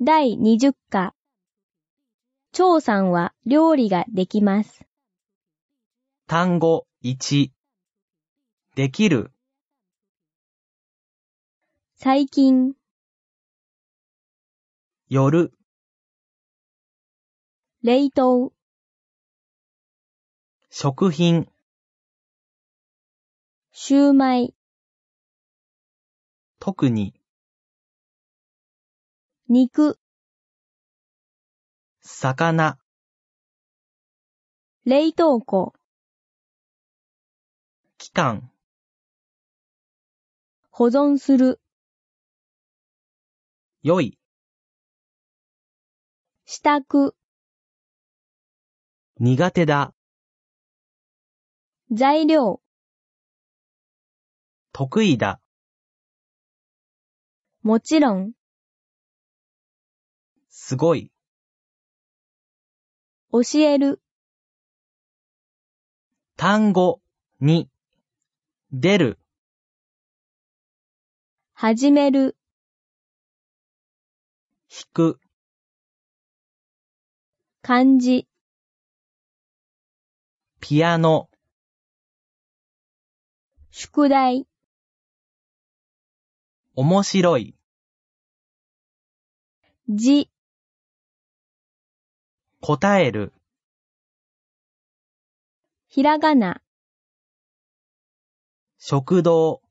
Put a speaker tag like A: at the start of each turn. A: 第20課。張さんは料理ができます。
B: 単語1できる
A: 最近、
B: 夜
A: 冷凍、
B: 食品
A: シューマイ、
B: 特に
A: 肉、
B: 魚
A: 冷凍庫、
B: 期間
A: 保存する、
B: 良い
A: 支度、
B: 苦手だ
A: 材料、
B: 得意だ
A: もちろん、
B: すごい
A: 教える、
B: 単語2出る
A: 始める、
B: 引く
A: 漢字、
B: ピアノ
A: 宿題、
B: 面白い
A: 字、
B: 答える
A: ひらがな、
B: 食堂